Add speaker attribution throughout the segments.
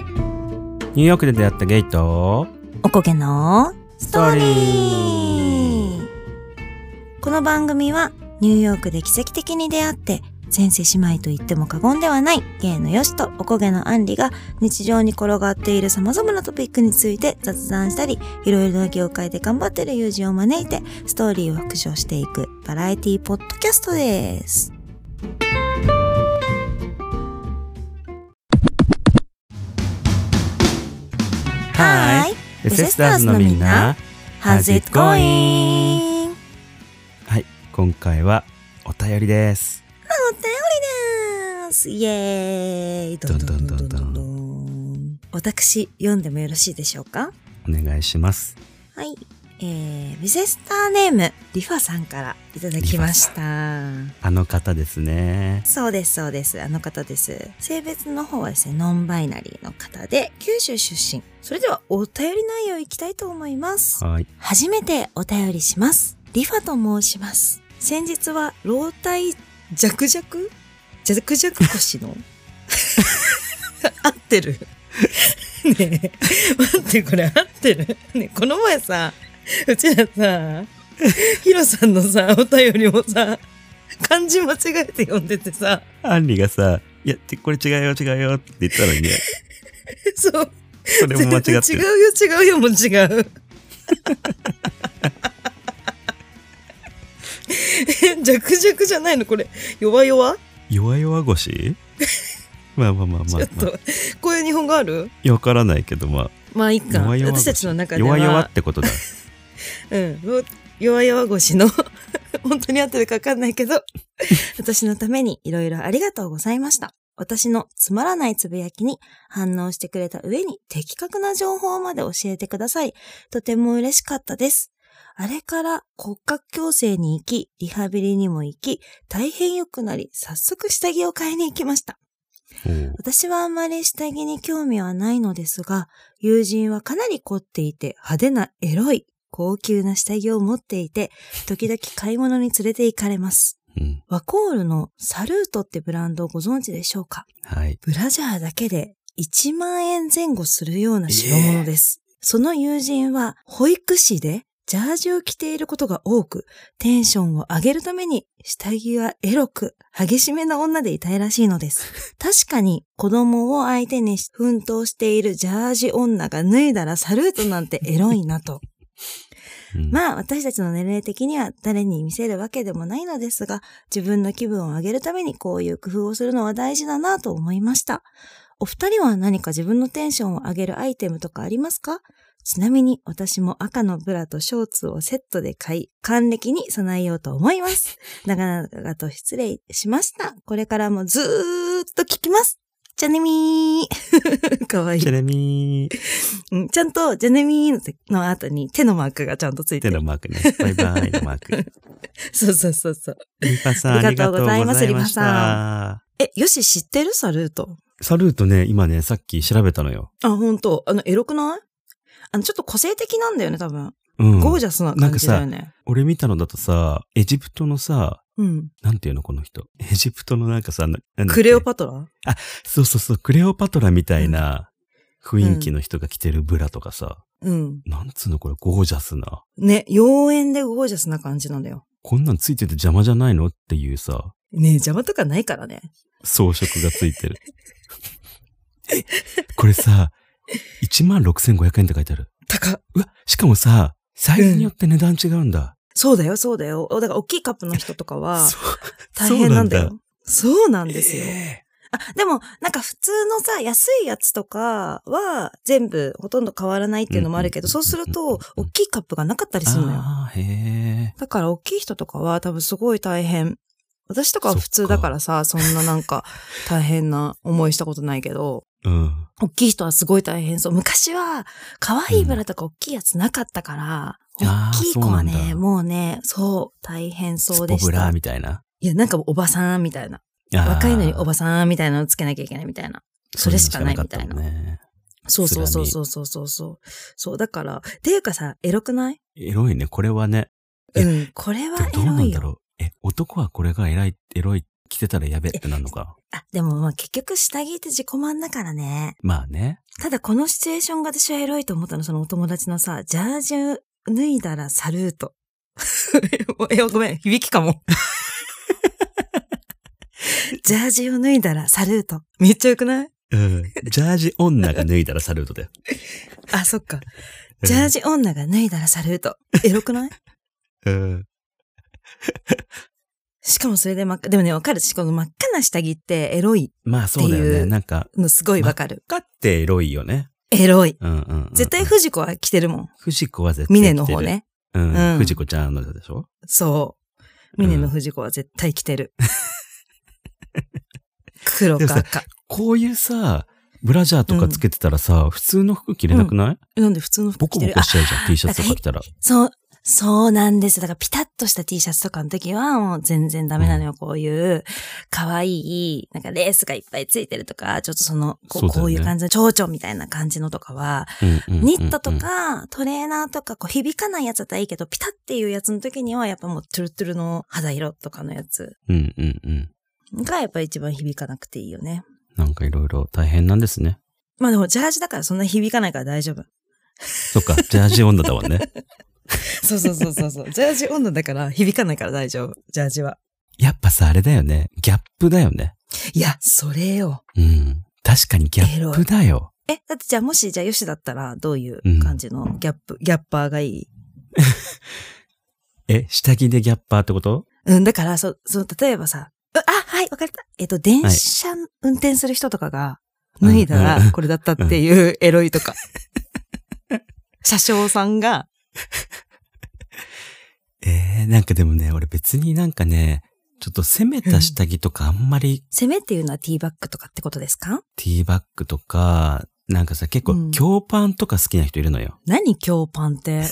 Speaker 1: ニューヨークで出会ったゲイと
Speaker 2: おこげのストーリ
Speaker 1: ー
Speaker 2: ーこの番組はニューヨークで奇跡的に出会って前世姉妹と言っても過言ではない芸のよしとおこげのあんりが日常に転がっている様々なトピックについて雑談したりいろいろな業界で頑張っている友人を招いてストーリーを復唱していくバラエティポッドキャストです。
Speaker 1: Hi! The Sisters のみんな
Speaker 2: How's it going?
Speaker 1: はい今回はお便りです
Speaker 2: お便りですイエーイどんどんどんどんどん私読んでもよろしいでしょうか
Speaker 1: お願いします
Speaker 2: はい。えー、ミセスターネーム、リファさんからいただきました。
Speaker 1: あの方ですね
Speaker 2: そうです、そうです。あの方です。性別の方はですね、ノンバイナリーの方で、九州出身。それでは、お便り内容いきたいと思います。
Speaker 1: はい
Speaker 2: 初めてお便りします。リファと申します。先日は老体弱弱弱弱腰の合ってるねえ、待ってこれ合ってるねえこの前さ、うちらさ、ヒロさんのさ、お便りをさ、漢字間違えて読んでてさ、
Speaker 1: アンリがさ「いやてこれ違うよ違うよ」って言った のにね
Speaker 2: そう、
Speaker 1: それも間違って
Speaker 2: 全然違
Speaker 1: る
Speaker 2: うよ違うよもう違う。 え、弱弱じゃないのこれ。弱々
Speaker 1: 弱々腰 まあまあまあまあ、
Speaker 2: ちょっ
Speaker 1: まあ
Speaker 2: と、こういう日本語ある
Speaker 1: いや、わからないけどまあ
Speaker 2: まあ、いっか。
Speaker 1: 弱々腰
Speaker 2: 私たちの中では。
Speaker 1: 弱々ってことだ
Speaker 2: うん。ろ弱々腰の、 本当に合ってるかわかんないけど、私のためにいろいろありがとうございました。私のつまらないつぶやきに反応してくれた上に的確な情報まで教えてください。とても嬉しかったです。あれから骨格矯正に行き、リハビリにも行き、大変良くなり、早速下着を買いに行きました。
Speaker 1: おう
Speaker 2: 私はあまり下着に興味はないのですが、友人はかなり凝っていて派手なエロい高級な下着を持っていて、時々買い物に連れて行かれます。
Speaker 1: うん
Speaker 2: ワコールのサルートってブランドをご存知でしょうか
Speaker 1: はい
Speaker 2: ブラジャーだけで1万円前後するような代物です。その友人は保育士でジャージを着ていることが多く、テンションを上げるために下着はエロく激しめな女でいたいらしい のです。確かに子供を相手に奮闘しているジャージ女が脱いだらサルートなんてエロいなと。
Speaker 1: うん
Speaker 2: まあ私たちの年齢的には誰に見せるわけでもないのですが、自分の気分を上げるためにこういう工夫をするのは大事だなと思いました。お二人は何か自分のテンションを上げるアイテムとかありますかちなみに私も赤のブラとショーツをセットで買い、還暦に備えようと思い ます。長々と失礼しました。これからもずーっと聞きます。じゃね みーかわいい
Speaker 1: チ。ェレミー
Speaker 2: うんちゃんと、ジャネミーの後に手のマークがちゃんとつい
Speaker 1: 手
Speaker 2: て
Speaker 1: の。
Speaker 2: る
Speaker 1: マークねバイバイのマーク
Speaker 2: そうそうそうそう。
Speaker 1: リファさん、あ り
Speaker 2: あり
Speaker 1: が
Speaker 2: が
Speaker 1: と
Speaker 2: と
Speaker 1: うござ
Speaker 2: うござ
Speaker 1: い
Speaker 2: い
Speaker 1: ま
Speaker 2: ま
Speaker 1: し
Speaker 2: す
Speaker 1: た。
Speaker 2: え、よし、知ってるサルート。
Speaker 1: サルートね、今ね、さっき調べたのよ。
Speaker 2: あ、ほんと。あの、エロくないあの、ちょっと個性的なんだよね、多分。
Speaker 1: うん。
Speaker 2: ゴージャスな感じだよね。
Speaker 1: 俺見たのだとさ、エジプトのさ、
Speaker 2: うん。
Speaker 1: なんていうのこの人。エジプトのなんかさ、ななんだっけ
Speaker 2: クレオパトラ
Speaker 1: そうそうそう、クレオパトラみたいな雰囲気の人が着てるブラとかさ、
Speaker 2: うん。
Speaker 1: なんつうのこれゴージャスな。
Speaker 2: ね、妖艶でゴージャスな感じなんだよ。
Speaker 1: こんなんついてて邪魔じゃないのっていうさ、
Speaker 2: ね邪魔とかないからね。
Speaker 1: 装飾がついて る。これさ、16,500円って書いてある。
Speaker 2: 高っ。
Speaker 1: うわ、しかもさ、サイズによって値段違うんだ。
Speaker 2: そうだよ、そうだよ。おだから、大きいカップの人とか は、
Speaker 1: そう
Speaker 2: 大変なんだ
Speaker 1: そう
Speaker 2: よ。そうなん
Speaker 1: なんだ
Speaker 2: ですよ。
Speaker 1: え
Speaker 2: あ、でも、なんか普通のさ、安いやつとかは、全部、ほとんど変わらないっていうのもあるけ
Speaker 1: うん
Speaker 2: ど、
Speaker 1: うん
Speaker 2: そうする
Speaker 1: うんうん
Speaker 2: と、大きいカップがなかったり
Speaker 1: え
Speaker 2: するのよ。
Speaker 1: あーへえ。
Speaker 2: だから大きい人とかは多分すごい大変。私とかは普通だからさ、そんななんか大変な思いしたことないけど、
Speaker 1: うん。
Speaker 2: 大きい人はすごい大変そう。昔は、可愛いブラとか大きいやつなかったから、
Speaker 1: うん
Speaker 2: 大きい子は
Speaker 1: あーそうなん
Speaker 2: ね、
Speaker 1: だ
Speaker 2: もうね、そう、大変そう
Speaker 1: スポ
Speaker 2: で
Speaker 1: ブ
Speaker 2: し
Speaker 1: ラ
Speaker 2: た。
Speaker 1: みたいな。
Speaker 2: いや、なんかおばさんみたいな。
Speaker 1: あー
Speaker 2: 若いのにおばさんみたいなのつけなきゃいけないみたいな。それしかないみたいな。
Speaker 1: そううのしかかったもんね
Speaker 2: そうそうそうそうそうそうそう。そう、だから、っていうかさ、エロくない
Speaker 1: エロいね、これはね。え
Speaker 2: うん。これは
Speaker 1: でもど
Speaker 2: エ
Speaker 1: うな
Speaker 2: ロ
Speaker 1: ん
Speaker 2: い
Speaker 1: だ
Speaker 2: よ。
Speaker 1: ろう。え、男はこれが偉い、エロい、着てたらやべってなるのか。
Speaker 2: あ、でもまあ結局下着って自己満だからね。
Speaker 1: まあね。
Speaker 2: ただこのシチュエーションが私はエロいと思ったの、そのお友達のさ、ジャージを脱いだらサルート。 え、ごめん、響きかも。ジャージを脱いだらサルート。めっちゃ良くない
Speaker 1: うん。ジャージ女が脱いだらサルートだよ。
Speaker 2: あ、そっか。ジャージ女が脱いだらサルート。エロくない
Speaker 1: うん。
Speaker 2: しかもそれで真っ赤、でもね、わかるし、この真っ赤な下着ってエロい
Speaker 1: まあそうだよ
Speaker 2: ってい
Speaker 1: ね。
Speaker 2: う
Speaker 1: なんか、
Speaker 2: のすごいわかる。
Speaker 1: かってエロいよね。
Speaker 2: エロい。
Speaker 1: うんうん、うん。
Speaker 2: 絶対藤子は着てるもん。
Speaker 1: 藤子は絶対。
Speaker 2: ミネの方。ね。
Speaker 1: う。
Speaker 2: うんん
Speaker 1: 藤子ちゃんのでしょ
Speaker 2: そう。ミネの藤子は絶対着て る。黒か赤。
Speaker 1: こういうさ、ブラジャーとかつけてたらさ、普通の服着れなくない、
Speaker 2: なんで普通の
Speaker 1: ボ
Speaker 2: 服
Speaker 1: コ
Speaker 2: 着て
Speaker 1: ボ
Speaker 2: る
Speaker 1: コしちゃうじゃん、T シャツとか着たら。
Speaker 2: そう、そうなんです。だからピタッとした T シャツとかの時はもう全然ダメなのよ。こういう、可愛い、なんかレースがいっぱいついてるとか、ちょっとその、こ
Speaker 1: そう
Speaker 2: う,、
Speaker 1: だよね
Speaker 2: こういう感じの蝶々みたいな感じのとかは、
Speaker 1: うんうんうんうん
Speaker 2: ニットとか、トレーナーとか、こう響かないやつだったらいいけど、ピタッっていうやつの時にはやっぱもうトゥルトゥルの肌色とかのやつ
Speaker 1: うんうんうん。
Speaker 2: がやっぱ一番響かなくていいよね。
Speaker 1: なんかいろいろ大変なんですね。
Speaker 2: まあでもジャージだからそんな響かないから大丈夫。
Speaker 1: そっ か、ジャージ女だわね。
Speaker 2: そうそうそうそうそう。ジャージ女だから響かないから大丈夫。ジャージは。
Speaker 1: やっぱさ、あれだよね。ギャップだよね。
Speaker 2: いや、それよ。
Speaker 1: うん。確かにギャップだよ。
Speaker 2: え、だってじゃあもし、じゃあヨシだったらどういう感じのギャップ、ギャッパーがいい
Speaker 1: え、下着でギャッパーってこと
Speaker 2: うん、だから、そう、そう、例えばさ、うあ、はい、わかった。えっと、電車運転する人とかが脱いだ
Speaker 1: うんうん
Speaker 2: ら、これだったっていうエロいと か。車掌さんが、
Speaker 1: えー、なんかでもね、俺別になんかね、ちょっと攻めた下着とかあんまり
Speaker 2: 攻めっていうのはティーバッグとかってことですか
Speaker 1: ティーバッグとか、なんかさ、結
Speaker 2: う
Speaker 1: 構、
Speaker 2: ん
Speaker 1: 強パンとか好きな人いるのよ。
Speaker 2: 何今日パンって。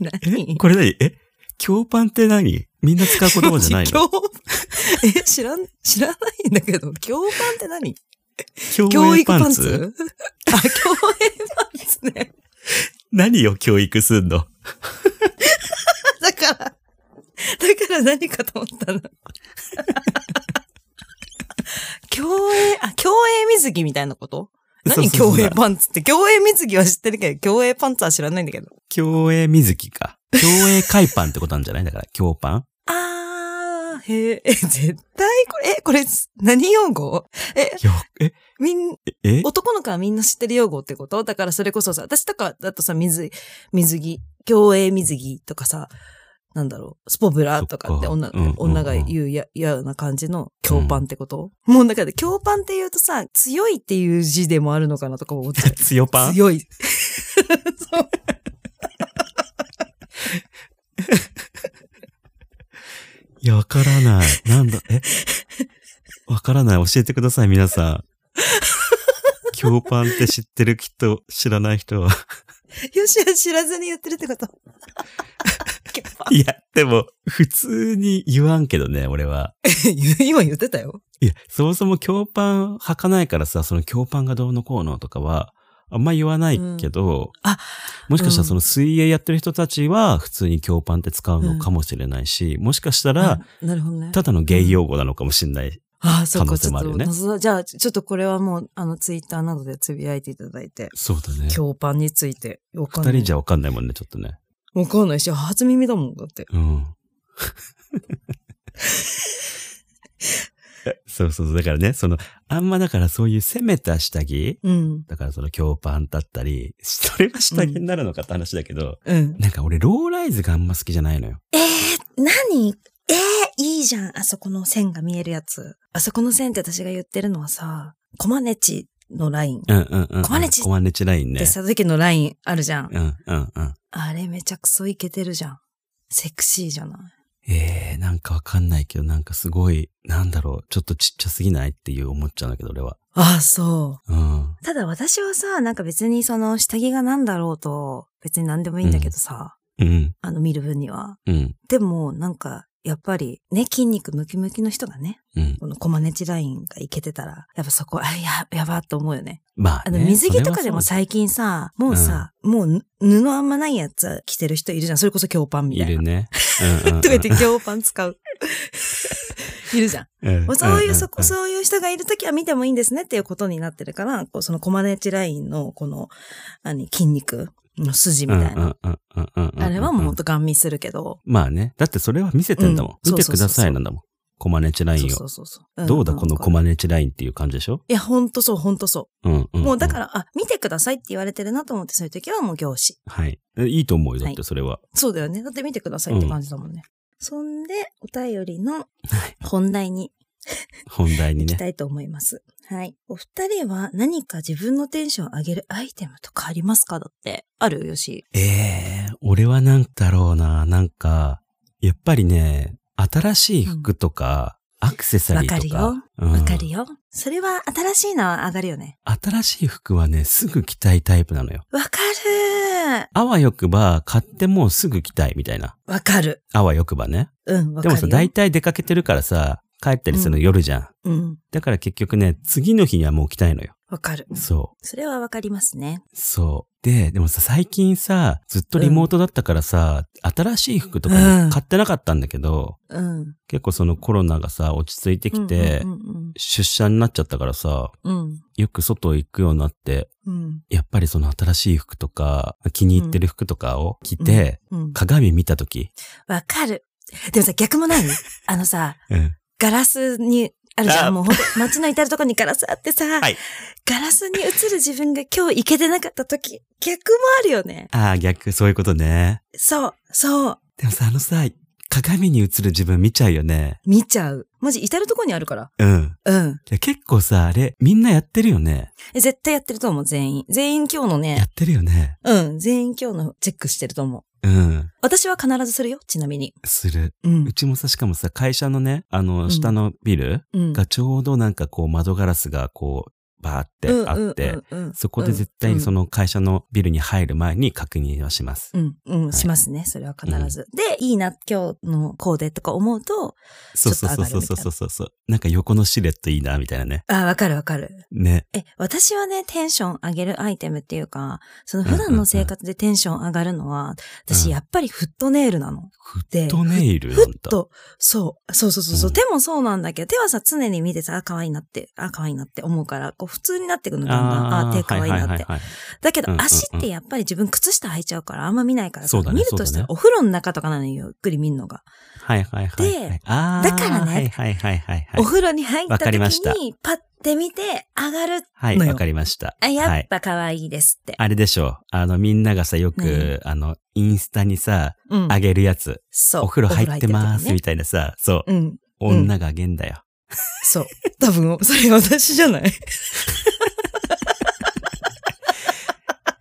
Speaker 2: 何
Speaker 1: これ 何え強パンって何みんな使う言葉じゃないの
Speaker 2: 教 え、知らん、知らないんだけど、教パンって何
Speaker 1: 教
Speaker 2: 教
Speaker 1: 育
Speaker 2: 育
Speaker 1: パ
Speaker 2: パ
Speaker 1: ン
Speaker 2: ン
Speaker 1: ツ
Speaker 2: ツ あ、教育パンツね。
Speaker 1: 何を教育すんの
Speaker 2: だから、だから何かと思ったの。 競泳、あ、競泳水着みたいなこと何
Speaker 1: そうそう
Speaker 2: 競
Speaker 1: そう
Speaker 2: 泳パンツって、競泳水着は知ってるけど、競泳パンツは知らないんだけど。
Speaker 1: 競泳水着か。競泳海パンってことなんじゃないだから、強パン
Speaker 2: あー、へえ、え、絶対これ、え、これ、何用語え、
Speaker 1: よえ
Speaker 2: みん、
Speaker 1: え
Speaker 2: 男の子はみんな知ってる用語ってことだからそれこそさ、私とかだとさ、水、水着、競泳水着とかさ、なんだろう、スポブラとかって
Speaker 1: そっか
Speaker 2: 女,、
Speaker 1: うんうんうん
Speaker 2: 女が言うや、嫌な感じの強パンってこと、もうだから強パンって言うとさ、強いっていう字でもあるのかなとか思って。
Speaker 1: 強パン
Speaker 2: 強い。
Speaker 1: いや、わからない。なんだ、えわからない。教えてください、皆さん。強パンって知ってる人、知らない人は。
Speaker 2: よしは知らずに言ってるってこと。強パン
Speaker 1: いや、でも、普通に言わんけどね、俺は。
Speaker 2: 今言ってたよ。
Speaker 1: いや、そもそも強パン履かないからさ、その強パンがどうのこうのとかは、あんま言わないけど、
Speaker 2: うんあ
Speaker 1: もしかしたら
Speaker 2: うん
Speaker 1: その水泳やってる人たちは普通に強パンって使うのかもしれないし、もしかしたら、
Speaker 2: あなるほどね。
Speaker 1: ただのゲイ用語なのかもしれない。
Speaker 2: ああ、そ
Speaker 1: 可
Speaker 2: う
Speaker 1: 能
Speaker 2: か、
Speaker 1: 性
Speaker 2: ち
Speaker 1: も
Speaker 2: ょ
Speaker 1: あ
Speaker 2: っ
Speaker 1: るよ
Speaker 2: と
Speaker 1: ね
Speaker 2: 謎だ。じゃあ、ちょっとこれはもう、あの、ツイッターなどでつぶやいていただいて、
Speaker 1: そうだね。
Speaker 2: 強パンについて、わかん
Speaker 1: 二
Speaker 2: ない。
Speaker 1: 人じゃわかんないもんね、ちょっとね。
Speaker 2: わかんないし、初耳だもん、だって。
Speaker 1: うん。そうそうそう。だからね、その、あんまだからそういう攻めた下着、
Speaker 2: うん。
Speaker 1: だからその強パンだったり、それは下着になるのかって話だけど、
Speaker 2: うん。
Speaker 1: なんか俺、ローライズがあんま好きじゃないのよ。
Speaker 2: えー、何えー、いいじゃん。あそこの線が見えるやつ。あそこの線って私が言ってるのはさ、コマネチのライン。
Speaker 1: うんうんうん。
Speaker 2: コマネチ
Speaker 1: コマネチライン
Speaker 2: っ
Speaker 1: ね
Speaker 2: て。した時のラインあるじゃん。
Speaker 1: うんうんうん。
Speaker 2: あれめちゃくそイケてるじゃん。セクシーじゃない。
Speaker 1: ええー、なんかわかんないけど、なんかすごい、なんだろう、ちょっとちっちゃすぎないっていう思っちゃうんだけど、俺は。
Speaker 2: ああ、そう。
Speaker 1: うん。
Speaker 2: ただ私はさ、なんか別にその下着が何だろうと、別に何でもいいんだけどさ、
Speaker 1: うん。
Speaker 2: あの見る分には。
Speaker 1: うん。
Speaker 2: でもなんかやっぱりね、筋肉ムキムキの人がね、
Speaker 1: うん。
Speaker 2: このコマネチラインがいけてたら、やっぱそこ、あ、や、やばって思うよね。
Speaker 1: まあ、
Speaker 2: あの、
Speaker 1: ね。
Speaker 2: 水着とかでも
Speaker 1: そ
Speaker 2: 最近さ、もうさ、もうぬ布あんまないやつ着てる人いるじゃん。それこそ強パンみ
Speaker 1: れ
Speaker 2: た
Speaker 1: はい
Speaker 2: な。
Speaker 1: るね。うんうんうん
Speaker 2: とか言って強パン 使う。いるじゃん。
Speaker 1: うん
Speaker 2: もうそう
Speaker 1: うん
Speaker 2: い
Speaker 1: んん
Speaker 2: う、そこ、そういう人がいるときは見てもいいんですねっていうことになってるから、こうそのコマネチラインのこの、何、筋肉の筋みたいな。あ
Speaker 1: あ
Speaker 2: れはもうほんとガン見するけど。
Speaker 1: まあね。だってそれは見せてんだもん。
Speaker 2: うん
Speaker 1: 見てくださいなんだもん。コマネチライ
Speaker 2: そう
Speaker 1: ン
Speaker 2: そ
Speaker 1: を
Speaker 2: う。そうそう。ん
Speaker 1: どうだこのコ
Speaker 2: い
Speaker 1: マネチラインっていう感じでしょ
Speaker 2: や、ほんとそう、ほんとそ
Speaker 1: うんう
Speaker 2: う。
Speaker 1: ん。。
Speaker 2: もうだからら、あ、見てくださいって言われてるなと思って、そういう時はもう業師。
Speaker 1: はい。えいいと思うよ。だっ
Speaker 2: は
Speaker 1: てそれは。
Speaker 2: そうだよね。だって見てくださいって感じだもんね。そんで、お便りの本題に
Speaker 1: 本題に
Speaker 2: 行き
Speaker 1: ね。
Speaker 2: たいと思います。はい。お二人は何か自分のテンションを上げるアイテムとかありますかだって。あるよし。
Speaker 1: ええー、俺はなんだろうな。なんか、やっぱりね、新しい服とか、アクセサリーとか。
Speaker 2: わ
Speaker 1: うん
Speaker 2: わかるよ。それは新しいのは上がるよね。
Speaker 1: 新しい服はね、すぐ着たいタイプなのよ。
Speaker 2: わかる
Speaker 1: あわよくば、買ってもうすぐ着たいみたいな。
Speaker 2: ーわかる。
Speaker 1: あわよくばね。
Speaker 2: うん、わ
Speaker 1: でも
Speaker 2: かるよ。
Speaker 1: さ、大体出かけてるからさ、帰ったりするの夜じゃん。
Speaker 2: うん、
Speaker 1: だから結局ね、次の日にはもう着たいのよ。
Speaker 2: わかる。
Speaker 1: そ
Speaker 2: それはわかりますね。
Speaker 1: う。そう。で、でもさ、最近さ、ずっとリモートだったからさ、新しい服とかね
Speaker 2: うん
Speaker 1: 買ってなかったんだけど、
Speaker 2: うん。
Speaker 1: 結構そのコロナがさ、落ち着いてきて、
Speaker 2: うんうん
Speaker 1: 出社になっちゃったからさ、
Speaker 2: うんうん。
Speaker 1: よく外行くようになって、
Speaker 2: うん。
Speaker 1: やっぱりその新しい服とか、気に入ってる服とかを着て、
Speaker 2: うん。
Speaker 1: 鏡見たとき、
Speaker 2: わかる。でもさ、逆もな いあのさ、
Speaker 1: うん
Speaker 2: ガラスに、あるじゃ
Speaker 1: あ
Speaker 2: ん。もうほんと街の至るとこにガラスあってさ、
Speaker 1: はい
Speaker 2: ガラスに映る自分が今日行けてなかった時、逆もあるよね。
Speaker 1: ああ、逆、そういうことね。
Speaker 2: そう、そう、
Speaker 1: でもさ、あのさ、鏡に映る自分見ちゃうよね。
Speaker 2: 見ちゃう。マジ至るとこにあるから。
Speaker 1: うん。
Speaker 2: うん。
Speaker 1: いや結構さ、あれ、みんなやってるよね。
Speaker 2: え絶対やってると思う、全員。全員今日の
Speaker 1: や
Speaker 2: ね
Speaker 1: っ、てるよね。
Speaker 2: うん、全員今日のチェックしてると思う。
Speaker 1: うん。
Speaker 2: 私は必ずするよ、ちなみに。
Speaker 1: する。
Speaker 2: うん
Speaker 1: う。ちもさ、しかもさ、会社のね、あ
Speaker 2: う
Speaker 1: の、
Speaker 2: ん
Speaker 1: 下のビル
Speaker 2: うん。
Speaker 1: がちょうどなんかこう、窓ガラスがこう、バーってあって、、そこで絶対にそ
Speaker 2: の、
Speaker 1: の会社のビルに入る前に確認はします。
Speaker 2: うん、うん、
Speaker 1: い
Speaker 2: しますね。それは必ず。で、いいな、今日のコーデとか思うと、
Speaker 1: そうそうそうそうそうそうそう。なんか横のシルエットいいな、みたいなね。
Speaker 2: あー、わかるわかる。
Speaker 1: ね。
Speaker 2: え、私はね、テンション上げるアイテムっていうか、その普段の生活でテンション上がるのは、私やっぱりフットネイルなの。
Speaker 1: フ
Speaker 2: で
Speaker 1: ットネイルなん
Speaker 2: ふ
Speaker 1: だ
Speaker 2: っ。と、そう、そうそうそうそう、
Speaker 1: うん
Speaker 2: 手もそうなんだけど、手はさ、常に見てさ、あ、可愛いなって、あ、可愛いなって思うから、こう、普通になってくの、だんだん。あ、
Speaker 1: ー
Speaker 2: 手可愛いな
Speaker 1: は
Speaker 2: って。
Speaker 1: いはいはいはい
Speaker 2: だけ
Speaker 1: う
Speaker 2: ど
Speaker 1: んうんうん
Speaker 2: 足ってやっぱり自分靴下履いちゃうからあんま見ないからさ
Speaker 1: そうだね
Speaker 2: 見るとしたらお風呂の中とかなのよ、ゆっくり見るのが。
Speaker 1: はいはいはいはい。
Speaker 2: で
Speaker 1: あー
Speaker 2: だからね
Speaker 1: はいはいはいはいはい。
Speaker 2: お風呂に入った
Speaker 1: わか
Speaker 2: 時
Speaker 1: りました
Speaker 2: にパッて見て上がる。
Speaker 1: はい、
Speaker 2: のよ
Speaker 1: わかりました。
Speaker 2: あ、
Speaker 1: は
Speaker 2: やっ
Speaker 1: い。
Speaker 2: ぱ可愛いですって。
Speaker 1: あれでしょう。あの、みんながさ、よく
Speaker 2: ね、
Speaker 1: あの、インスタにさ、
Speaker 2: うん
Speaker 1: あ。げるやつ。
Speaker 2: そう。
Speaker 1: お風呂入ってます、
Speaker 2: お風呂入
Speaker 1: み
Speaker 2: って
Speaker 1: たいなさ、そう。
Speaker 2: る時ねうん。ん
Speaker 1: 女があげんだよ。
Speaker 2: そう。多分、それ私じゃない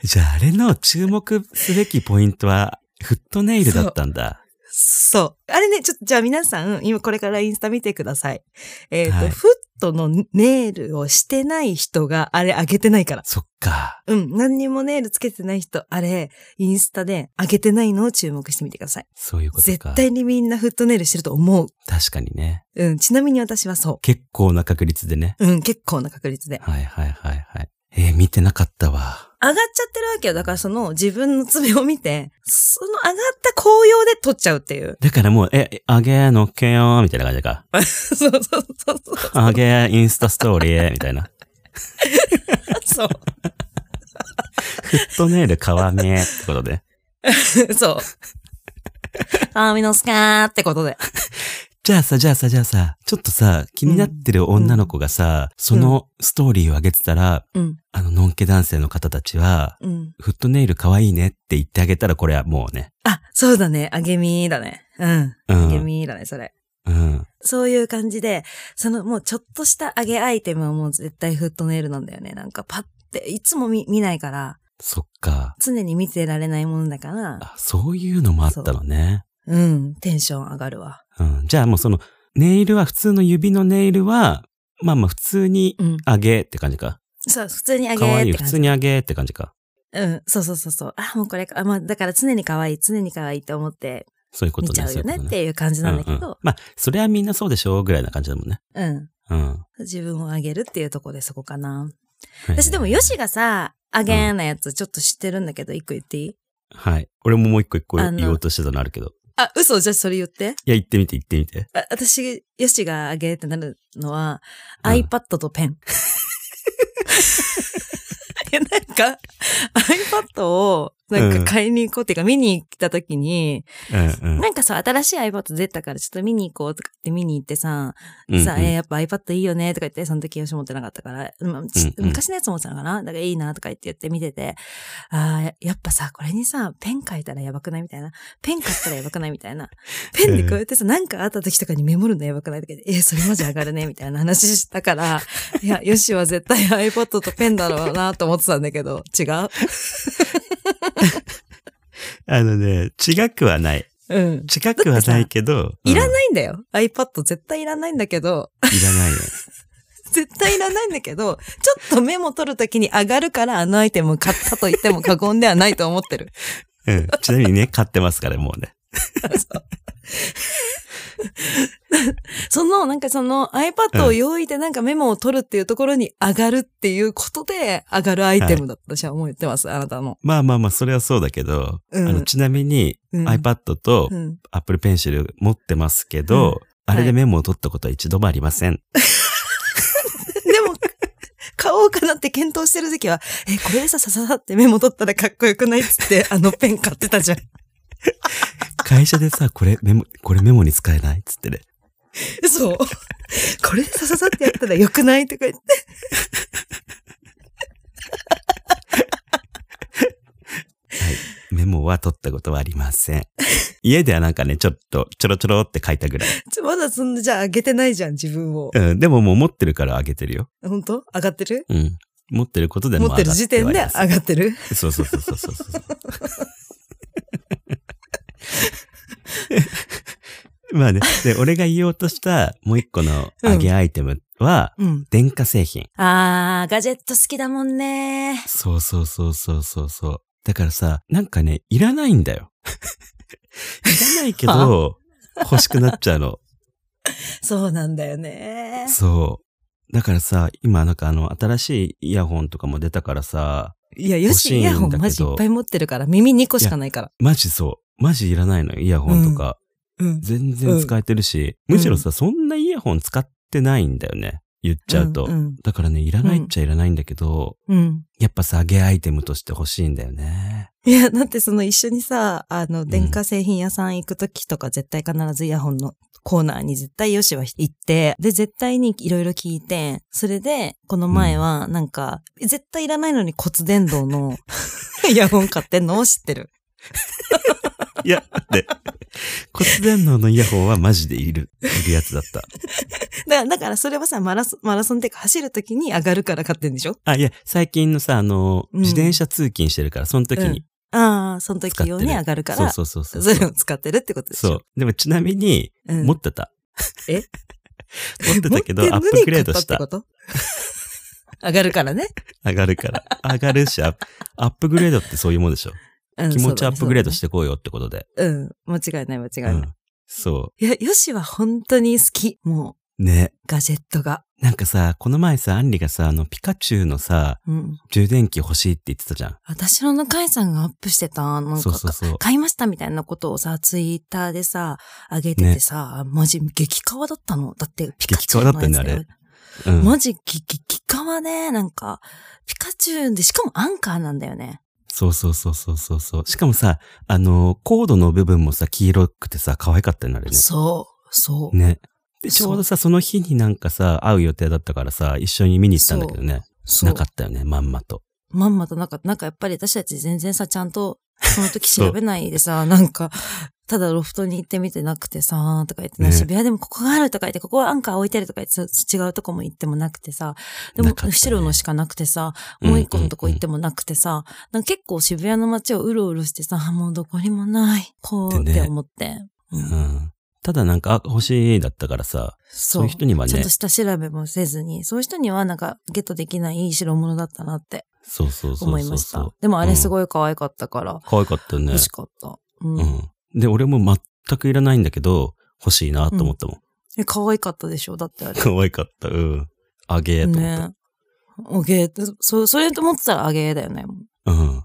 Speaker 1: じゃあ、あれの注目すべきポイントは、フットネイルだったんだ。
Speaker 2: そう。あれね、ちょっとじゃあ皆さん、今これからインスタ見てください。えっ、と、
Speaker 1: はい
Speaker 2: フットのネイルをしてない人があれ上げてないから。
Speaker 1: そっか。
Speaker 2: うん。何にもネイルつけてない人、あれ、インスタで上げてないのを注目してみてください。
Speaker 1: そういうことか。
Speaker 2: 絶対にみんなフットネイルしてると思う。
Speaker 1: 確かにね。
Speaker 2: うん。ちなみに私はそ
Speaker 1: 結構な確率でね。
Speaker 2: う。うん。結構な確率で。
Speaker 1: はいはいはいはい。えー見てなかったわ。
Speaker 2: 上がっちゃってるわけよ。だからその自分の爪を見て、その上がった紅葉で撮っちゃうっていう。
Speaker 1: だからもう、え、えあげーのっけよー、みたいな感じ か。
Speaker 2: そうそうそうそう。
Speaker 1: あげー、インスタストーリー、みたいな。
Speaker 2: そう。
Speaker 1: フットネイル皮目ってことで。
Speaker 2: そう。あみのすかーってことで。
Speaker 1: じゃあさ、じゃあさ、じゃあさ、ちょっとさ、気になってる女の子がさ、そのストーリーを上げてたら、
Speaker 2: うん、
Speaker 1: あの、のんけ男性の方たちは、
Speaker 2: うん。
Speaker 1: フットネイル可愛いねって言ってあげたら、これはもうね。
Speaker 2: あ、そうだね。あげみーだね。うん。
Speaker 1: う
Speaker 2: あげ
Speaker 1: ん。
Speaker 2: みーだね、それ。
Speaker 1: うん。
Speaker 2: そういう感じで、そのもうちょっとしたあげアイテムはもう絶対フットネイルなんだよね。なんかパッて、いつも見見ないから、
Speaker 1: そっか。
Speaker 2: 常に見てられないものだから、
Speaker 1: あ、そういうのもあったのね。
Speaker 2: うん、テンション上がるわ。
Speaker 1: うん。じゃあもうその、ネイルは、普通の指のネイルは、まあまあ普通に
Speaker 2: うん。
Speaker 1: あげって感じか。
Speaker 2: そう、普通にあげ
Speaker 1: 可愛
Speaker 2: ー
Speaker 1: い
Speaker 2: って
Speaker 1: 普
Speaker 2: 感
Speaker 1: 通
Speaker 2: じ。
Speaker 1: にあげって感じか。
Speaker 2: うん、そうそうそうそう。あ、もうこれか。あまあ、だから常に可愛い、常に可愛いって思って、
Speaker 1: そういうこ
Speaker 2: 見
Speaker 1: と
Speaker 2: ち
Speaker 1: ね。
Speaker 2: ゃうよね
Speaker 1: そい
Speaker 2: っ
Speaker 1: こ
Speaker 2: ていう感じ
Speaker 1: と
Speaker 2: なんだけ
Speaker 1: うんうん
Speaker 2: ど、
Speaker 1: まあ、それはみんなそうでしょうぐらいな感じだもんね。
Speaker 2: うん。
Speaker 1: うん。
Speaker 2: 自分をあげるっていうところでそこかな。
Speaker 1: はい
Speaker 2: 私でも、ヨシがさ、あげんなやつちょっと知ってるんだけど、一個言っていい
Speaker 1: はい。俺ももう一個一個
Speaker 2: あの
Speaker 1: 言おうとしてたのあるけど。
Speaker 2: あ、嘘じゃあそれ言って。
Speaker 1: いや、言ってみて、言ってみて。
Speaker 2: あ私、ヨシがあげってなるのは、
Speaker 1: うん
Speaker 2: iPad と ペン。いや、なんか、iPad を、なんか買いに行こうっていうか、見に来た時に、
Speaker 1: うんうん
Speaker 2: なんかさ、新しい iPad 出たからちょっと見に行こうとかって見に行ってさ、
Speaker 1: うん。
Speaker 2: さ、
Speaker 1: うん
Speaker 2: えーやっぱ iPad いいよねとか言って、その時よし持ってなかったから、まあち
Speaker 1: うんうん
Speaker 2: 昔のやつ持ってたのかなだからいいなとか言って言って見てて、ああ、ややっぱさ、これにさ、ペン書いたらやばくないみたいな。ペン買ったらやばくないみた いな。ペンでこうやってさ、なんかあった時とかにメモるのやばくないとか言って、えーそれマジ上がるねみたいな話し たから、いや、よしは絶対 iPad とペンだろうなと思ってたんだけど、違う
Speaker 1: あのね、違くはない。
Speaker 2: うん。
Speaker 1: 違くはないけど。
Speaker 2: いら
Speaker 1: い、
Speaker 2: ないんだよ。iPad 絶対いらないんだけど、
Speaker 1: いらないね。
Speaker 2: 絶対いらないんだけど、ちょっとメモ取るときに上がるからあのアイテム買ったと言っても過言ではないと思ってる。
Speaker 1: うん。ちなみにね、買ってますから、もうね。
Speaker 2: その、なんかその iPad を用意でなんかメモを取るっていうところに上がるっていうことで上がるアイテムだと私は思ってます、あなたの。
Speaker 1: まあまあまあ、それはそうだけど、
Speaker 2: うん
Speaker 1: あのちなみに、
Speaker 2: うん
Speaker 1: iPad と
Speaker 2: うん。
Speaker 1: Apple Pencil 持ってますけど、あれでメモを取ったことは一度もありません。
Speaker 2: でも、買おうかなって検討してる時は、え、これでさ、さささってメモ取ったらかっこよくないっつって、あのペン買ってたじゃん。
Speaker 1: 会社でさ、これメモ、これメモに使えないっつってね。
Speaker 2: そう。これでさささってやったらよくないとか言って。
Speaker 1: メモは取ったことはありませ ん。家ではなんかね、ちょっと、ちょろちょろって書いたぐらい。
Speaker 2: ちょまだそんな、じゃあ上げてないじゃん、自分を。
Speaker 1: うん、でももう持ってるからあげてるよ。
Speaker 2: 本当上がってる
Speaker 1: うん。持ってることでも
Speaker 2: 持ってる時点
Speaker 1: 上
Speaker 2: で
Speaker 1: が
Speaker 2: 上
Speaker 1: ってはい
Speaker 2: がってる。
Speaker 1: ますそうそうそうそうそうそう。 まあね。で、俺が言おうとしたもう一個のあげアイテムは、
Speaker 2: うん。
Speaker 1: 電化製品。
Speaker 2: あー、ガジェット好きだもんね。
Speaker 1: そうそうそうそうそうそう。だからさ、なんかね、いらないんだよ。 いらないけど、欲しくなっちゃう の。
Speaker 2: そうなんだよね。
Speaker 1: そう。だからさ、今なんかあの、新しいイヤホンとかも出たからさ、
Speaker 2: いや、よ
Speaker 1: 欲し
Speaker 2: し、
Speaker 1: いん
Speaker 2: イ
Speaker 1: だけ
Speaker 2: ヤ
Speaker 1: ど
Speaker 2: ホンマジいっぱい持ってるから、耳2個しかないから。
Speaker 1: マジそう。マジいらないのよイヤホンとか。
Speaker 2: うん。
Speaker 1: 全然使えてるし、
Speaker 2: うん
Speaker 1: むしろさ、そんなイヤホン使ってないんだよね。言っちゃうと。
Speaker 2: うん。
Speaker 1: だからね、いらないっちゃいらないんだけど、
Speaker 2: うん。
Speaker 1: やっぱさ、ゲアイテムとして欲しいんだよね。
Speaker 2: いや、だってその一緒にさ、あの、電化製品屋さん行くときとか、絶対必ずイヤホンのコーナーに絶対よしは行って、で、絶対にいろいろ聞いて、それで、この前は、なんか、絶対いらないのに骨伝導の イヤホン買ってんのを知ってる。
Speaker 1: いや、だって、骨伝導のイヤホンはマジでいる、いるやつだった。
Speaker 2: だから、だからそれはさ、マラソン、マラソンっていうか走るときに上がるから買ってんでしょ
Speaker 1: あ、いや、最近のさ、あの、
Speaker 2: うん
Speaker 1: 自転車通勤してるから、その時に。
Speaker 2: ああ、その時用に上がるから、
Speaker 1: そうそうそう
Speaker 2: そ
Speaker 1: そう。
Speaker 2: れを使ってるってことでし
Speaker 1: そ
Speaker 2: ょ
Speaker 1: う。。でもちなみに、
Speaker 2: うん
Speaker 1: 持ってた。
Speaker 2: え
Speaker 1: 持ってたけど、
Speaker 2: 持
Speaker 1: ア
Speaker 2: って
Speaker 1: ッ
Speaker 2: んの
Speaker 1: プ
Speaker 2: に
Speaker 1: グレードした
Speaker 2: 買。ったってこと上がるからね。
Speaker 1: 上がるから。上がるし、アップアップグレードってそういうもんでしょ。
Speaker 2: うん
Speaker 1: 気持ちアップグレード
Speaker 2: そうだね
Speaker 1: してこうよってことで。
Speaker 2: うん。間違いない、間違いうない。
Speaker 1: ん。そ
Speaker 2: いや、ヨシは本当に好き。も
Speaker 1: う。ね。
Speaker 2: う、ガジェットが。
Speaker 1: なんかさ、この前さ、アンリがさ、あの、ピカチュウのさ、
Speaker 2: うん。
Speaker 1: 充電器欲しいって言ってたじゃん。
Speaker 2: 私の中井さんがアップしてた、なんか、
Speaker 1: そうそうそう。
Speaker 2: 買いましたみたいなことをさ、ツイッターでさ、上げててさ、マジ激川だったの。だって、ピカチュウの
Speaker 1: 激川
Speaker 2: やつ
Speaker 1: だったねあれうん
Speaker 2: マジ激、激川ね、なんか、ピカチュウで、しかもアンカーなんだよね。
Speaker 1: そうそうそうそうそうそう。しかもさ、あの、コードの部分もさ、黄色くてさ、可愛かったよね、あれね。
Speaker 2: そう、そう。
Speaker 1: ね。で、ちょうどさ、その日になんかさ、会う予定だったからさ、一緒に見に行ったんだけどね。
Speaker 2: そう
Speaker 1: なかったよね、まんまと。
Speaker 2: まんまとなんか、なんかやっぱり私たち全然さ、ちゃんと、その時調べないでさ、なんか、ただロフトに行ってみてなくてさ、とか言って、
Speaker 1: ね
Speaker 2: 渋谷でもここがあるとか言って、ここはアンカー置いてるとか言ってさ、違うとこも行ってもなくてさ、でも
Speaker 1: なかったね
Speaker 2: 後ろのしかなくてさ、もう一個のとこ行って
Speaker 1: も。
Speaker 2: もなくてさ、なんか結構渋谷の街をうろうろしてさ、あもうどこにもない、こう
Speaker 1: で
Speaker 2: っ
Speaker 1: ね
Speaker 2: て思って。う
Speaker 1: うん
Speaker 2: ん
Speaker 1: うんただなんか、あ、欲しいだったからさ、そう
Speaker 2: そ
Speaker 1: いうう。人には
Speaker 2: ちゃん
Speaker 1: ね
Speaker 2: と、下調べもせずに、そういう人にはなんかゲットできないいい代物だったなって
Speaker 1: そうそうそ
Speaker 2: 思
Speaker 1: う
Speaker 2: い
Speaker 1: そ
Speaker 2: ま
Speaker 1: う
Speaker 2: した。
Speaker 1: そう。
Speaker 2: でもあれすごい可愛かったから、
Speaker 1: 可愛かったよね
Speaker 2: 欲。しかった。うん。
Speaker 1: うん。で、俺もくいらないんだけど、欲しいなと思ったもん。
Speaker 2: え、可愛かったでしょだってあれ。
Speaker 1: 可愛かった。うん。あげーと思った。
Speaker 2: ね。おげーそ、それと思ってたらあげーだよね。
Speaker 1: うん。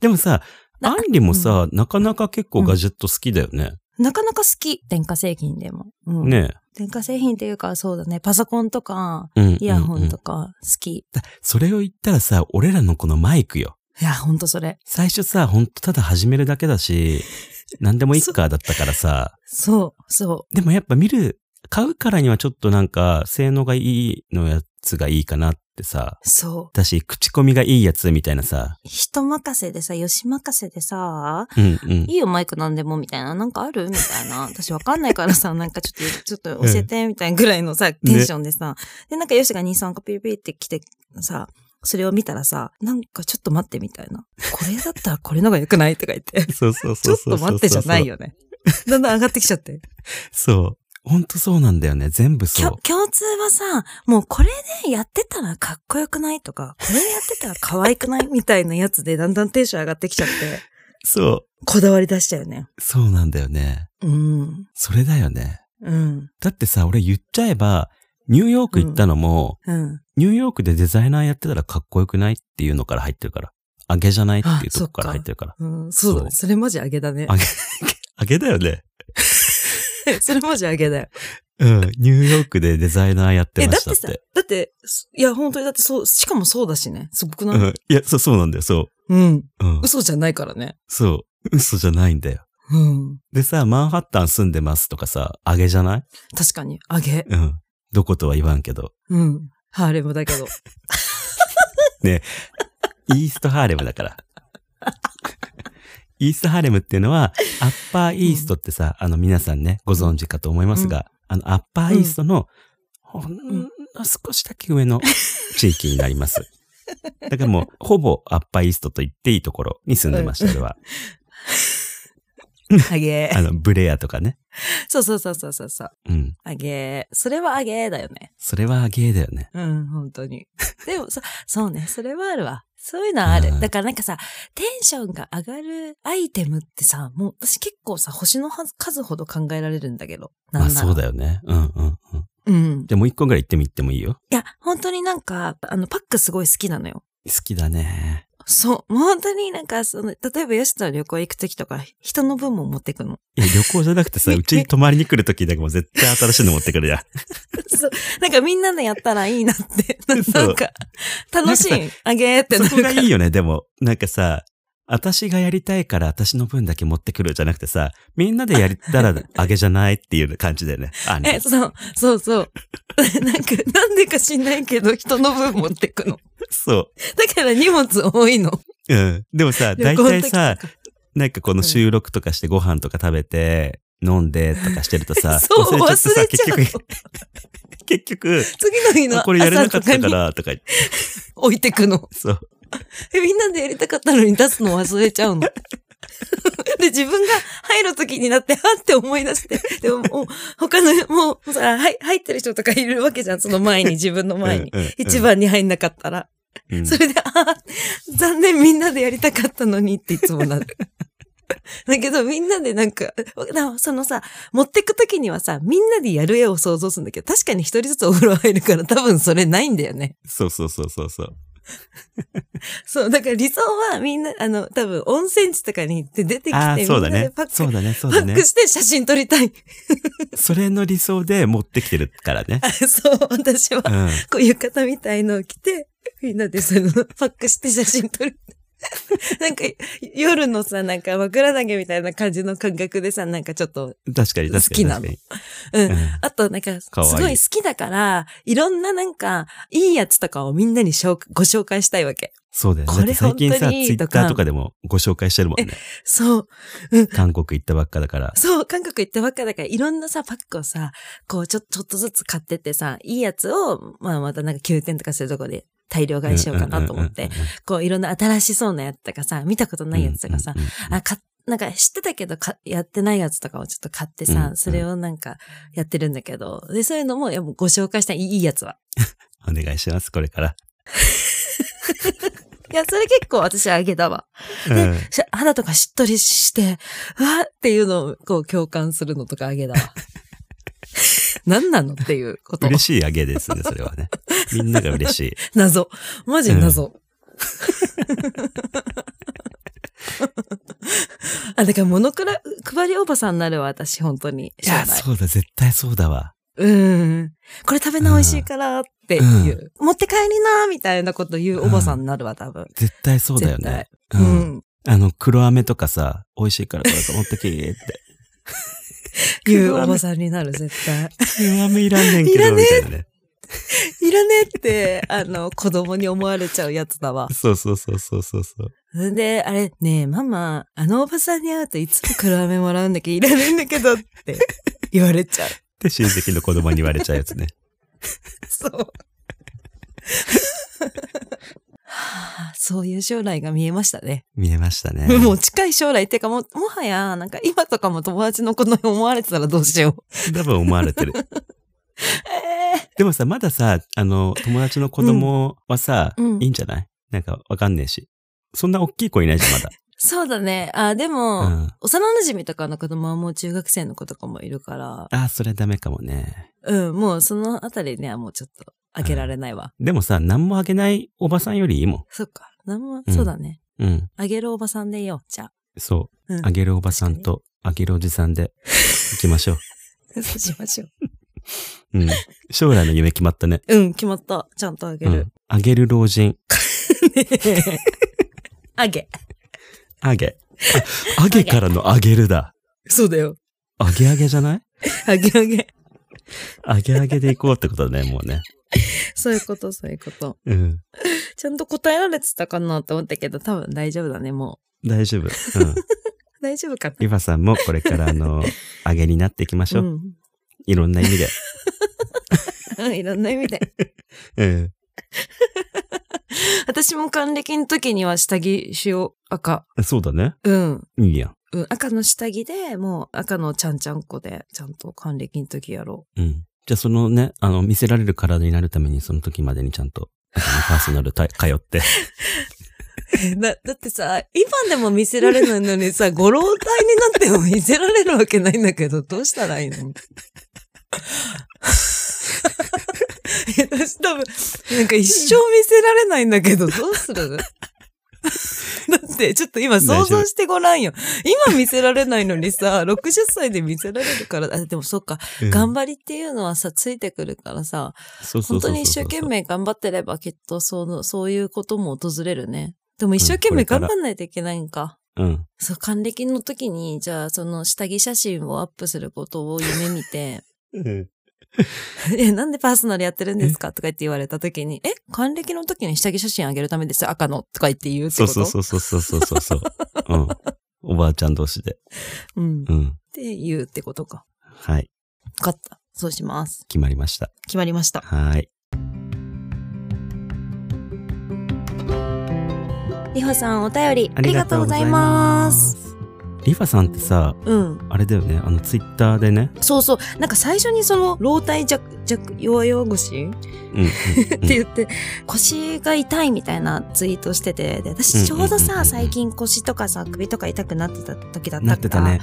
Speaker 1: でもさ、
Speaker 2: な
Speaker 1: アンリもさ、なかなか結構ガジェット好きだよね。
Speaker 2: なかなか好き。電化製品でも。うん、
Speaker 1: ね
Speaker 2: 電化製品っていうか、そうだね。パソコンとか、
Speaker 1: え。うん。
Speaker 2: イヤホ
Speaker 1: うんう
Speaker 2: ン
Speaker 1: ん
Speaker 2: とか好き。
Speaker 1: それを言ったらさ、俺らのこのマイクよ。
Speaker 2: いや、ほんとそれ。
Speaker 1: 最初さ、ほんとただ始めるだけだ し、何でもいいかだったからさ、
Speaker 2: そう、そ
Speaker 1: でもやっぱ見る、買うからにはちょっとなんか、性能がいいのやつがいいかなってさ、
Speaker 2: う、そう。
Speaker 1: だし、口コミがいいやつみたいなさ、
Speaker 2: 人任せでさ、よし任せでさ、
Speaker 1: うんうん。
Speaker 2: いいよ、マイクなんでも、みたいな。なんかあるみた いな。私わかんないからさ、なんかちょっと、ちょっと教えて、みたいなぐらいのさ、テンションでさ。で、なんかヨシが2、3個ピリピリって来てさ、それを見たらさ、なんかちょっと待って、みたいな。これだったらこれの方が良くないとか言って。
Speaker 1: そうそう
Speaker 2: ち
Speaker 1: そう
Speaker 2: ょっ
Speaker 1: そうそうそう
Speaker 2: と待ってじゃない。よ ね。だんだん上がってきちゃって。
Speaker 1: そう。ほんとそうなんだよね。全部
Speaker 2: き
Speaker 1: そ
Speaker 2: ょ
Speaker 1: う。
Speaker 2: 共通はさ、もうこれでやってたらかっこよくないとか、これでやってたら可愛くないみたいなやつでだんだんテンション上がってきちゃって、
Speaker 1: そう。
Speaker 2: こだわり出したよね。
Speaker 1: そうなんだよね。
Speaker 2: うん。
Speaker 1: それだよね。
Speaker 2: うん。
Speaker 1: だってさ、俺言っちゃえば、ニューヨーク行ったのも、
Speaker 2: うん。
Speaker 1: ニューヨークでデザイナーやってたらかっこよくないっていうのから入ってるから。あげじゃないっていうとこから入ってるから。
Speaker 2: うん、そうだね。それマジ上げだね
Speaker 1: あ。げ、あげだよね。
Speaker 2: それマジ上げだよ。
Speaker 1: うん。ニューヨークでデザイナーやって
Speaker 2: え、
Speaker 1: ま
Speaker 2: だ
Speaker 1: し
Speaker 2: った
Speaker 1: って
Speaker 2: さ、だ
Speaker 1: て。
Speaker 2: って、すいや、本当にだってそう、しかもそうだしね。すごく
Speaker 1: う
Speaker 2: ない、
Speaker 1: ん。いや、そう、そうなんだよ、そ
Speaker 2: うん、
Speaker 1: う。うん。
Speaker 2: 嘘じゃないからね。
Speaker 1: そう。嘘じゃないんだよ。
Speaker 2: うん。
Speaker 1: でさ、マンハッタン住んでますとかさ、あげじゃない
Speaker 2: 確かに、上げ。
Speaker 1: うん。どことは言わんけど。
Speaker 2: うん。ハーレム だけど。
Speaker 1: イーストハーレムだから。 イーストハーレムっていうのは、アッパーイーストってさ、あの皆さんね、ご存知かと思いますが、あのアッパーイーストの、ほんの少しだけ上 の地域になります。だからもう、ほぼアッパーイーストと言っていいところに住んでました、俺 は。
Speaker 2: 上げ。
Speaker 1: あの、ブレアとかね。
Speaker 2: そうそうそうそうそうそう。
Speaker 1: うん。
Speaker 2: あげー。それはあげーだよね。
Speaker 1: それはゲーだよね。
Speaker 2: うん、本 当に。でも、そ、そうね、それはあるわ。そういうのはある
Speaker 1: う。ん
Speaker 2: だからなんかさ、テンションが上がるアイテムってさ、もう私結構さ、星の数数ほど考えられるんだけど。
Speaker 1: ま
Speaker 2: な
Speaker 1: あ
Speaker 2: んなら
Speaker 1: そうだよね。うんうんうん。
Speaker 2: うん。
Speaker 1: でもう一個ぐらい行ってみてもいいよ。
Speaker 2: いや、本当になんか、あの、パックすごい好きなのよ。
Speaker 1: 好きだね。
Speaker 2: そう。もう本当になんか、その、例えばヨシと旅行行くときとか、人の分も持ってくの。
Speaker 1: いや、旅行じゃなくて さ、うちに泊まりに来るときだけもう絶対新しいの持ってくるやん。
Speaker 2: そう。なんかみんなでやったらいい なって。な
Speaker 1: そう
Speaker 2: なんか、楽しい。あげーってな
Speaker 1: そこが
Speaker 2: る
Speaker 1: いいよね、でも。なんかさ、私がやりたいから私の分だけ持ってくるじゃなくてさ、みんなでやりたらあげじゃないっていう感じだよね。あ
Speaker 2: え、
Speaker 1: ね。
Speaker 2: そう、そうそう。 なんか、なんでか知んないけど、人の分持ってくの。
Speaker 1: そ
Speaker 2: だから荷物多いの。
Speaker 1: う。うん。でもさ、大
Speaker 2: 旅行の
Speaker 1: 体
Speaker 2: 時とか
Speaker 1: さ、なんかこの収録とかしてご飯とか食べて、飲んでとかしてるとさ、
Speaker 2: そう、忘れ
Speaker 1: ってさ、
Speaker 2: ちゃう
Speaker 1: 結局、 結局、
Speaker 2: 次の日の
Speaker 1: あこれやれな
Speaker 2: 朝
Speaker 1: か
Speaker 2: と
Speaker 1: った
Speaker 2: か
Speaker 1: か
Speaker 2: に
Speaker 1: らとか言って、
Speaker 2: 置いてくの。
Speaker 1: そう。
Speaker 2: えみんなでやりたかったのに出すの忘れちゃうの。 で、自分が入る時になって、はって思い出して。でも、もう他の、もうさ、はい、入ってる人とかいるわけじゃん。その前に、自分の前に
Speaker 1: うんうんうん。
Speaker 2: 一番に入んなかったら。
Speaker 1: うん
Speaker 2: それで、ああ、残念みんなでやりたかったのにっていつもなる。 だけどみんなでなんか、なそのさ、持ってくときにはさ、みんなでやる絵を想像するんだけど、確かに一人ずつお風呂入るから多分それないんだよね。
Speaker 1: そうそうそうそうそう。
Speaker 2: そう、だから理想はみんな、あの、多分温泉地とかに行って出てき
Speaker 1: ああ
Speaker 2: て、
Speaker 1: ー、そうだ
Speaker 2: みんなで
Speaker 1: ね
Speaker 2: パッ。ク、
Speaker 1: そうだね、そう
Speaker 2: パ
Speaker 1: だね
Speaker 2: ック。して写真撮 りたい。
Speaker 1: それの理想で持ってきてるからね
Speaker 2: あ。そう、私は
Speaker 1: う、ん。
Speaker 2: こう浴衣みたいのを着て、みんなでその、パックして写真撮る。 なんか、夜のさ、なんか枕投げみたいな感じの感覚でさ、なんかちょっと、
Speaker 1: 確かに確かに確かに。
Speaker 2: 好きなのう。
Speaker 1: うんん
Speaker 2: あと、なんか、す
Speaker 1: かわいい
Speaker 2: ごい好きだから、いろんななんか、いいやつとかをみんなに紹介ご紹介したいわけ。
Speaker 1: そうだよね。
Speaker 2: こ
Speaker 1: だっ
Speaker 2: れ
Speaker 1: て最近さ、
Speaker 2: 本
Speaker 1: ツ
Speaker 2: 当に
Speaker 1: イ
Speaker 2: いい
Speaker 1: ッ
Speaker 2: とか
Speaker 1: ターとかでもご紹介してるもんね。
Speaker 2: そう。
Speaker 1: 韓国行ったばっかだから。
Speaker 2: そう、韓国行ったばっかだから、いろんなさ、パックをさ、こう、ちょ、ちょっとずつ買ってってさ、いいやつを、まあ、またなんか9点とかするとこで、大量買いしようかなと思って、
Speaker 1: うんうんうんうん。
Speaker 2: こう、いろんな新しそうなやつとかさ、見たことないやつとかさ
Speaker 1: うん、うんうんうん。
Speaker 2: あ、か、なんか知ってたけどか、やってないやつとかをちょっと買って
Speaker 1: うん
Speaker 2: さ、
Speaker 1: うん
Speaker 2: それをなんかやってるんだけど、で、そういうのも、いやもうご紹介したい、いいやつは。
Speaker 1: お願いします、これから。
Speaker 2: いや、それ結構私あげたわ。
Speaker 1: うん
Speaker 2: し肌とかしっとりして、うわーっていうのをこう共感するのとかあげだわ。 何なのっていうこと。
Speaker 1: 嬉しいあげですね、それは ね。みんなが嬉しい。
Speaker 2: 謎。マジ謎。 あ、だから物くら、配りおばさんになるわ、私、本当に。
Speaker 1: いや、
Speaker 2: 将来
Speaker 1: そうだ、絶対そうだわ。
Speaker 2: うん。これ食べな美味しいからっていう。持って帰りな、みたいなこと言うおばさんになるわ、多分。
Speaker 1: 絶対そうだよね。う。
Speaker 2: うんん。
Speaker 1: あの、黒飴とかさ、美味しいからこれ持ってきって。
Speaker 2: 言うおばさんになる、絶対。
Speaker 1: 黒飴いらんねんけ
Speaker 2: いら
Speaker 1: ど、
Speaker 2: ね
Speaker 1: みたいなね。
Speaker 2: いらねえって、あの、子供に思われちゃうやつだわ。
Speaker 1: そうそうそうそうそうそう。
Speaker 2: んで、あれ、ねえ、ママ、あのおばさんに会うといつも黒飴もらうんだけど、いらねえんだけどって言われちゃう。
Speaker 1: で、親戚の子供に言われちゃうやつ ね。
Speaker 2: そう。はあそういう将来が見えましたね。
Speaker 1: 見えましたね。
Speaker 2: もう近い将来っていうかもう、もはや、なんか今とかも友達の子に思われてたらどうしよう。
Speaker 1: 多分思われてる。でもさ、まださ、あの、友達の子供はさ、
Speaker 2: うんうん
Speaker 1: いいんじゃないなんかわかんねえし。そんな大きい子いないじゃん、ま だ。
Speaker 2: そうだね。あ、でも、
Speaker 1: うん。
Speaker 2: 幼馴染とかの子供はもう中学生の子とかもいるから、
Speaker 1: ああ、それダメかもね。
Speaker 2: うん、もうそのあたりにはもうちょっとあげられないわ。
Speaker 1: でもさ、何もあげないおばさんよりいいも
Speaker 2: そっか。なんも、
Speaker 1: うん
Speaker 2: そうだね。
Speaker 1: ん。うん。
Speaker 2: あげるおばさんでいいよ、じゃあ。
Speaker 1: そうう。
Speaker 2: ん
Speaker 1: あげるおばさんと、あげるおじさんで、行きましょう。
Speaker 2: そうしましょう。
Speaker 1: うん。将来の夢決まったね。
Speaker 2: うん、 決まった。ちゃんとあげ
Speaker 1: う
Speaker 2: る。
Speaker 1: ん。あげる老人。
Speaker 2: ねえ あげ。
Speaker 1: あげ。あ、あげからのあげるだ。
Speaker 2: そうだよ。
Speaker 1: あげあげじゃない
Speaker 2: あげあげ。
Speaker 1: あげあげでいこうってことだね、もうね。
Speaker 2: そういうこと、そういうこと。
Speaker 1: うん。
Speaker 2: ちゃんと答えられてたかなと思ったけど、多分大丈夫だね、も
Speaker 1: 大丈夫。うん。
Speaker 2: う。大丈夫かな。
Speaker 1: リファさんもこれからあ の、あげになっていきましょう。
Speaker 2: うん
Speaker 1: いろんな意味 で。
Speaker 2: うん。いろんな意 味で。
Speaker 1: うん。
Speaker 2: 私も還暦の時には下着しよう。赤。
Speaker 1: そうだね。
Speaker 2: うん。
Speaker 1: いいやん。
Speaker 2: うん、赤の下着で、もう赤のちゃんちゃんこで、ちゃんと還暦の時やろ
Speaker 1: うん。じゃあそのね、あの、見せられる体になるためにその時までにちゃんと、あのパーソナルた通 って。
Speaker 2: う。だ、だってさ、今でも見せられないのにさ、ご老体になっても見せられるわけないんだけど、どうしたらいいのいや私多分、なんか一生見せられないんだけど、どうするだって、ちょっと今想像してごらんよ。今見せられないのにさ、60歳で見せられるから、あ、でもそっか、頑
Speaker 1: 張
Speaker 2: 張りっていうのはさ、ついてくるからさ、
Speaker 1: そうそうそうそう
Speaker 2: 本当に一生懸。命頑張ってればきっとその、そういうことも訪れるね。でも一生懸
Speaker 1: うんこれ
Speaker 2: 命
Speaker 1: から
Speaker 2: 頑張んないといけないんか。
Speaker 1: うん。
Speaker 2: そう、還暦の時に、じゃあその下着写真をアップすることを夢見て、
Speaker 1: うん。
Speaker 2: え、なんでパーソナルやってるんですかとか言って言われた時に、え、還暦の時に下着写真あげるためですよ、赤のとか言って言うって
Speaker 1: そ
Speaker 2: こ
Speaker 1: う
Speaker 2: と
Speaker 1: そうそうそうそうそうそうそう。うん。おばあちゃん同士で。
Speaker 2: う。うん。っ
Speaker 1: うん。
Speaker 2: て言うってことか。
Speaker 1: はい。
Speaker 2: わかった。そうします。
Speaker 1: 決まりました。
Speaker 2: 決まりました。
Speaker 1: はい。
Speaker 2: りほさんお便り
Speaker 1: ありがとうございます。リファさんってさ、
Speaker 2: うん。
Speaker 1: あれだよね、あの、ツイッターでね。
Speaker 2: そうそう。なんか最初にその、老体弱、弱、弱々腰
Speaker 1: う ん。
Speaker 2: って言って、腰が痛いみたいなツイートしてて、で
Speaker 1: うん
Speaker 2: 私ちょうど
Speaker 1: うんうんうんう
Speaker 2: さ、
Speaker 1: ん
Speaker 2: 最近腰とかさ、首とか痛くなってた時だっ
Speaker 1: な
Speaker 2: た
Speaker 1: っ
Speaker 2: か
Speaker 1: て
Speaker 2: ら、
Speaker 1: たね。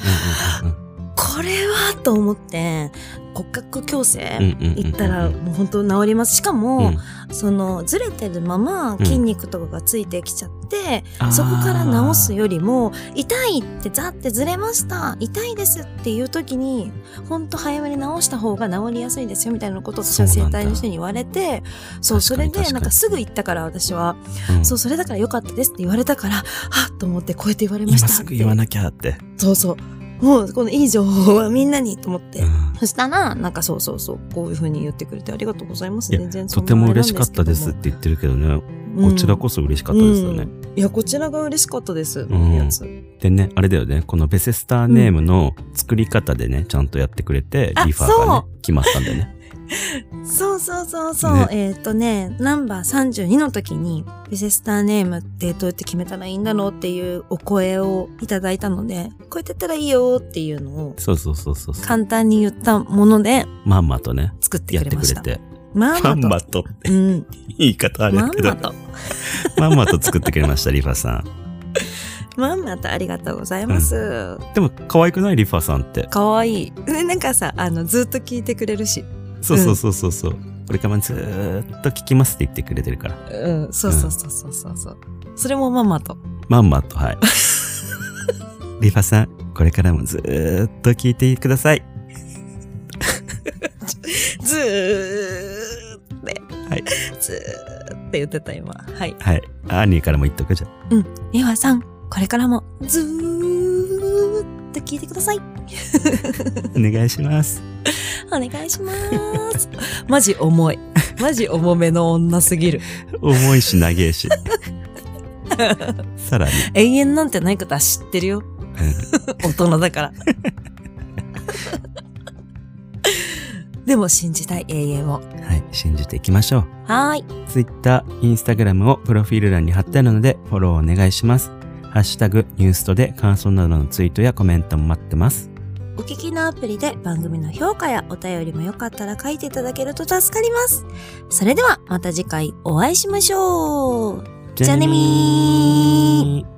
Speaker 1: うんうん
Speaker 2: これはと思って、骨格矯正
Speaker 1: うんうんうんうんうんうん
Speaker 2: 行ったらもう本当治ります。しかも、
Speaker 1: うん
Speaker 2: その、ずれてるまま
Speaker 1: うん
Speaker 2: 筋肉とかがついてきちゃって、
Speaker 1: あー
Speaker 2: そこから治すよりも、痛いってザってずれました、痛いですっていう時に、ほんと早めに治した方が治りやすいですよみたいなことを私は
Speaker 1: そうな
Speaker 2: 整
Speaker 1: んだ
Speaker 2: 体の人に言われて、そう、そ
Speaker 1: 確か
Speaker 2: れ
Speaker 1: に
Speaker 2: で
Speaker 1: 確かに
Speaker 2: なんかすぐ行ったから私は、
Speaker 1: うん
Speaker 2: そう、それだから良かったですって言われたから、はっと思ってこうやって言われま
Speaker 1: 今
Speaker 2: したって。
Speaker 1: すぐ言わなきゃって。
Speaker 2: そうそう。もうこのいい情報はみんなにと思って。
Speaker 1: うん
Speaker 2: そしたら、なんかそうそうそう、こういうふうに言ってくれてありがとうございます。
Speaker 1: いや
Speaker 2: 全然そ
Speaker 1: と
Speaker 2: ん
Speaker 1: て
Speaker 2: なあ
Speaker 1: も
Speaker 2: れなん
Speaker 1: 嬉しかったですって
Speaker 2: け
Speaker 1: 言ってるけどね、
Speaker 2: ども。
Speaker 1: こちらこそ嬉しかったですよね。
Speaker 2: うんいや、こちらが嬉しかったです。
Speaker 1: ん
Speaker 2: やつ
Speaker 1: でね、あれだよね、このベセスターネームの作り方でね、ちゃんとやってくれて、
Speaker 2: あ
Speaker 1: リファーが
Speaker 2: そ
Speaker 1: ね、決まったんだよね。
Speaker 2: そうそうそうそう。
Speaker 1: ね
Speaker 2: えっ、とね、ナンバー32の時に、ビセスターネームってどうやって決めたらいいんだろうっていうお声をいただいたので、こうやってやったらいいよっていうのを
Speaker 1: そうそうそうそうそう。
Speaker 2: 簡単に言ったもので
Speaker 1: まんまとね、
Speaker 2: 作って
Speaker 1: やっ
Speaker 2: くれ
Speaker 1: て
Speaker 2: ま
Speaker 1: くれ
Speaker 2: した。
Speaker 1: て。
Speaker 2: まん
Speaker 1: ま
Speaker 2: ま
Speaker 1: ん
Speaker 2: と。
Speaker 1: まとって
Speaker 2: うん。
Speaker 1: 言い方あれ
Speaker 2: ま
Speaker 1: だ
Speaker 2: ん
Speaker 1: けど
Speaker 2: ま、と。
Speaker 1: まんまと作ってくれました、リファさん。
Speaker 2: まんまとありがとうございます。
Speaker 1: でも可愛くないリファさんって。
Speaker 2: かわいい。ね、なんかさ、あの、ずっと聞いてくれるし。
Speaker 1: そうそうそうそうそう。これからもずーっと聞きますって言ってくれてるから。
Speaker 2: うん、そうそうそうそうそうそう。それもまんまと。
Speaker 1: まんまと はい。リファさん、これからもずーっと聞いてください。
Speaker 2: ずーって。
Speaker 1: はい。
Speaker 2: ずーって言ってた今。はい。
Speaker 1: はい。アンリーからも言っとくじゃん。
Speaker 2: 美和さん、これからもずーっと聞いてください。
Speaker 1: お願いします。
Speaker 2: お願いし ます。マジ重い。マジ重めの女すぎる。
Speaker 1: 重いし、長え し。さらに、
Speaker 2: 永遠なんてないことは知ってる よ。大人だから。でも信じたい永遠を。
Speaker 1: はい、信じていきましょう。
Speaker 2: はーい。
Speaker 1: Twitter、Instagram をプロフィール欄に貼ってあるので、フォローお願いします。ハッシュタグ、ニュースとで感想などのツイートやコメントも待ってます。
Speaker 2: お聞きのアプリで番組の評価やお便りもよかったら書いていただけると助かります。それではまた次回お会いしましょう。じゃあねみー
Speaker 1: じゃあねみー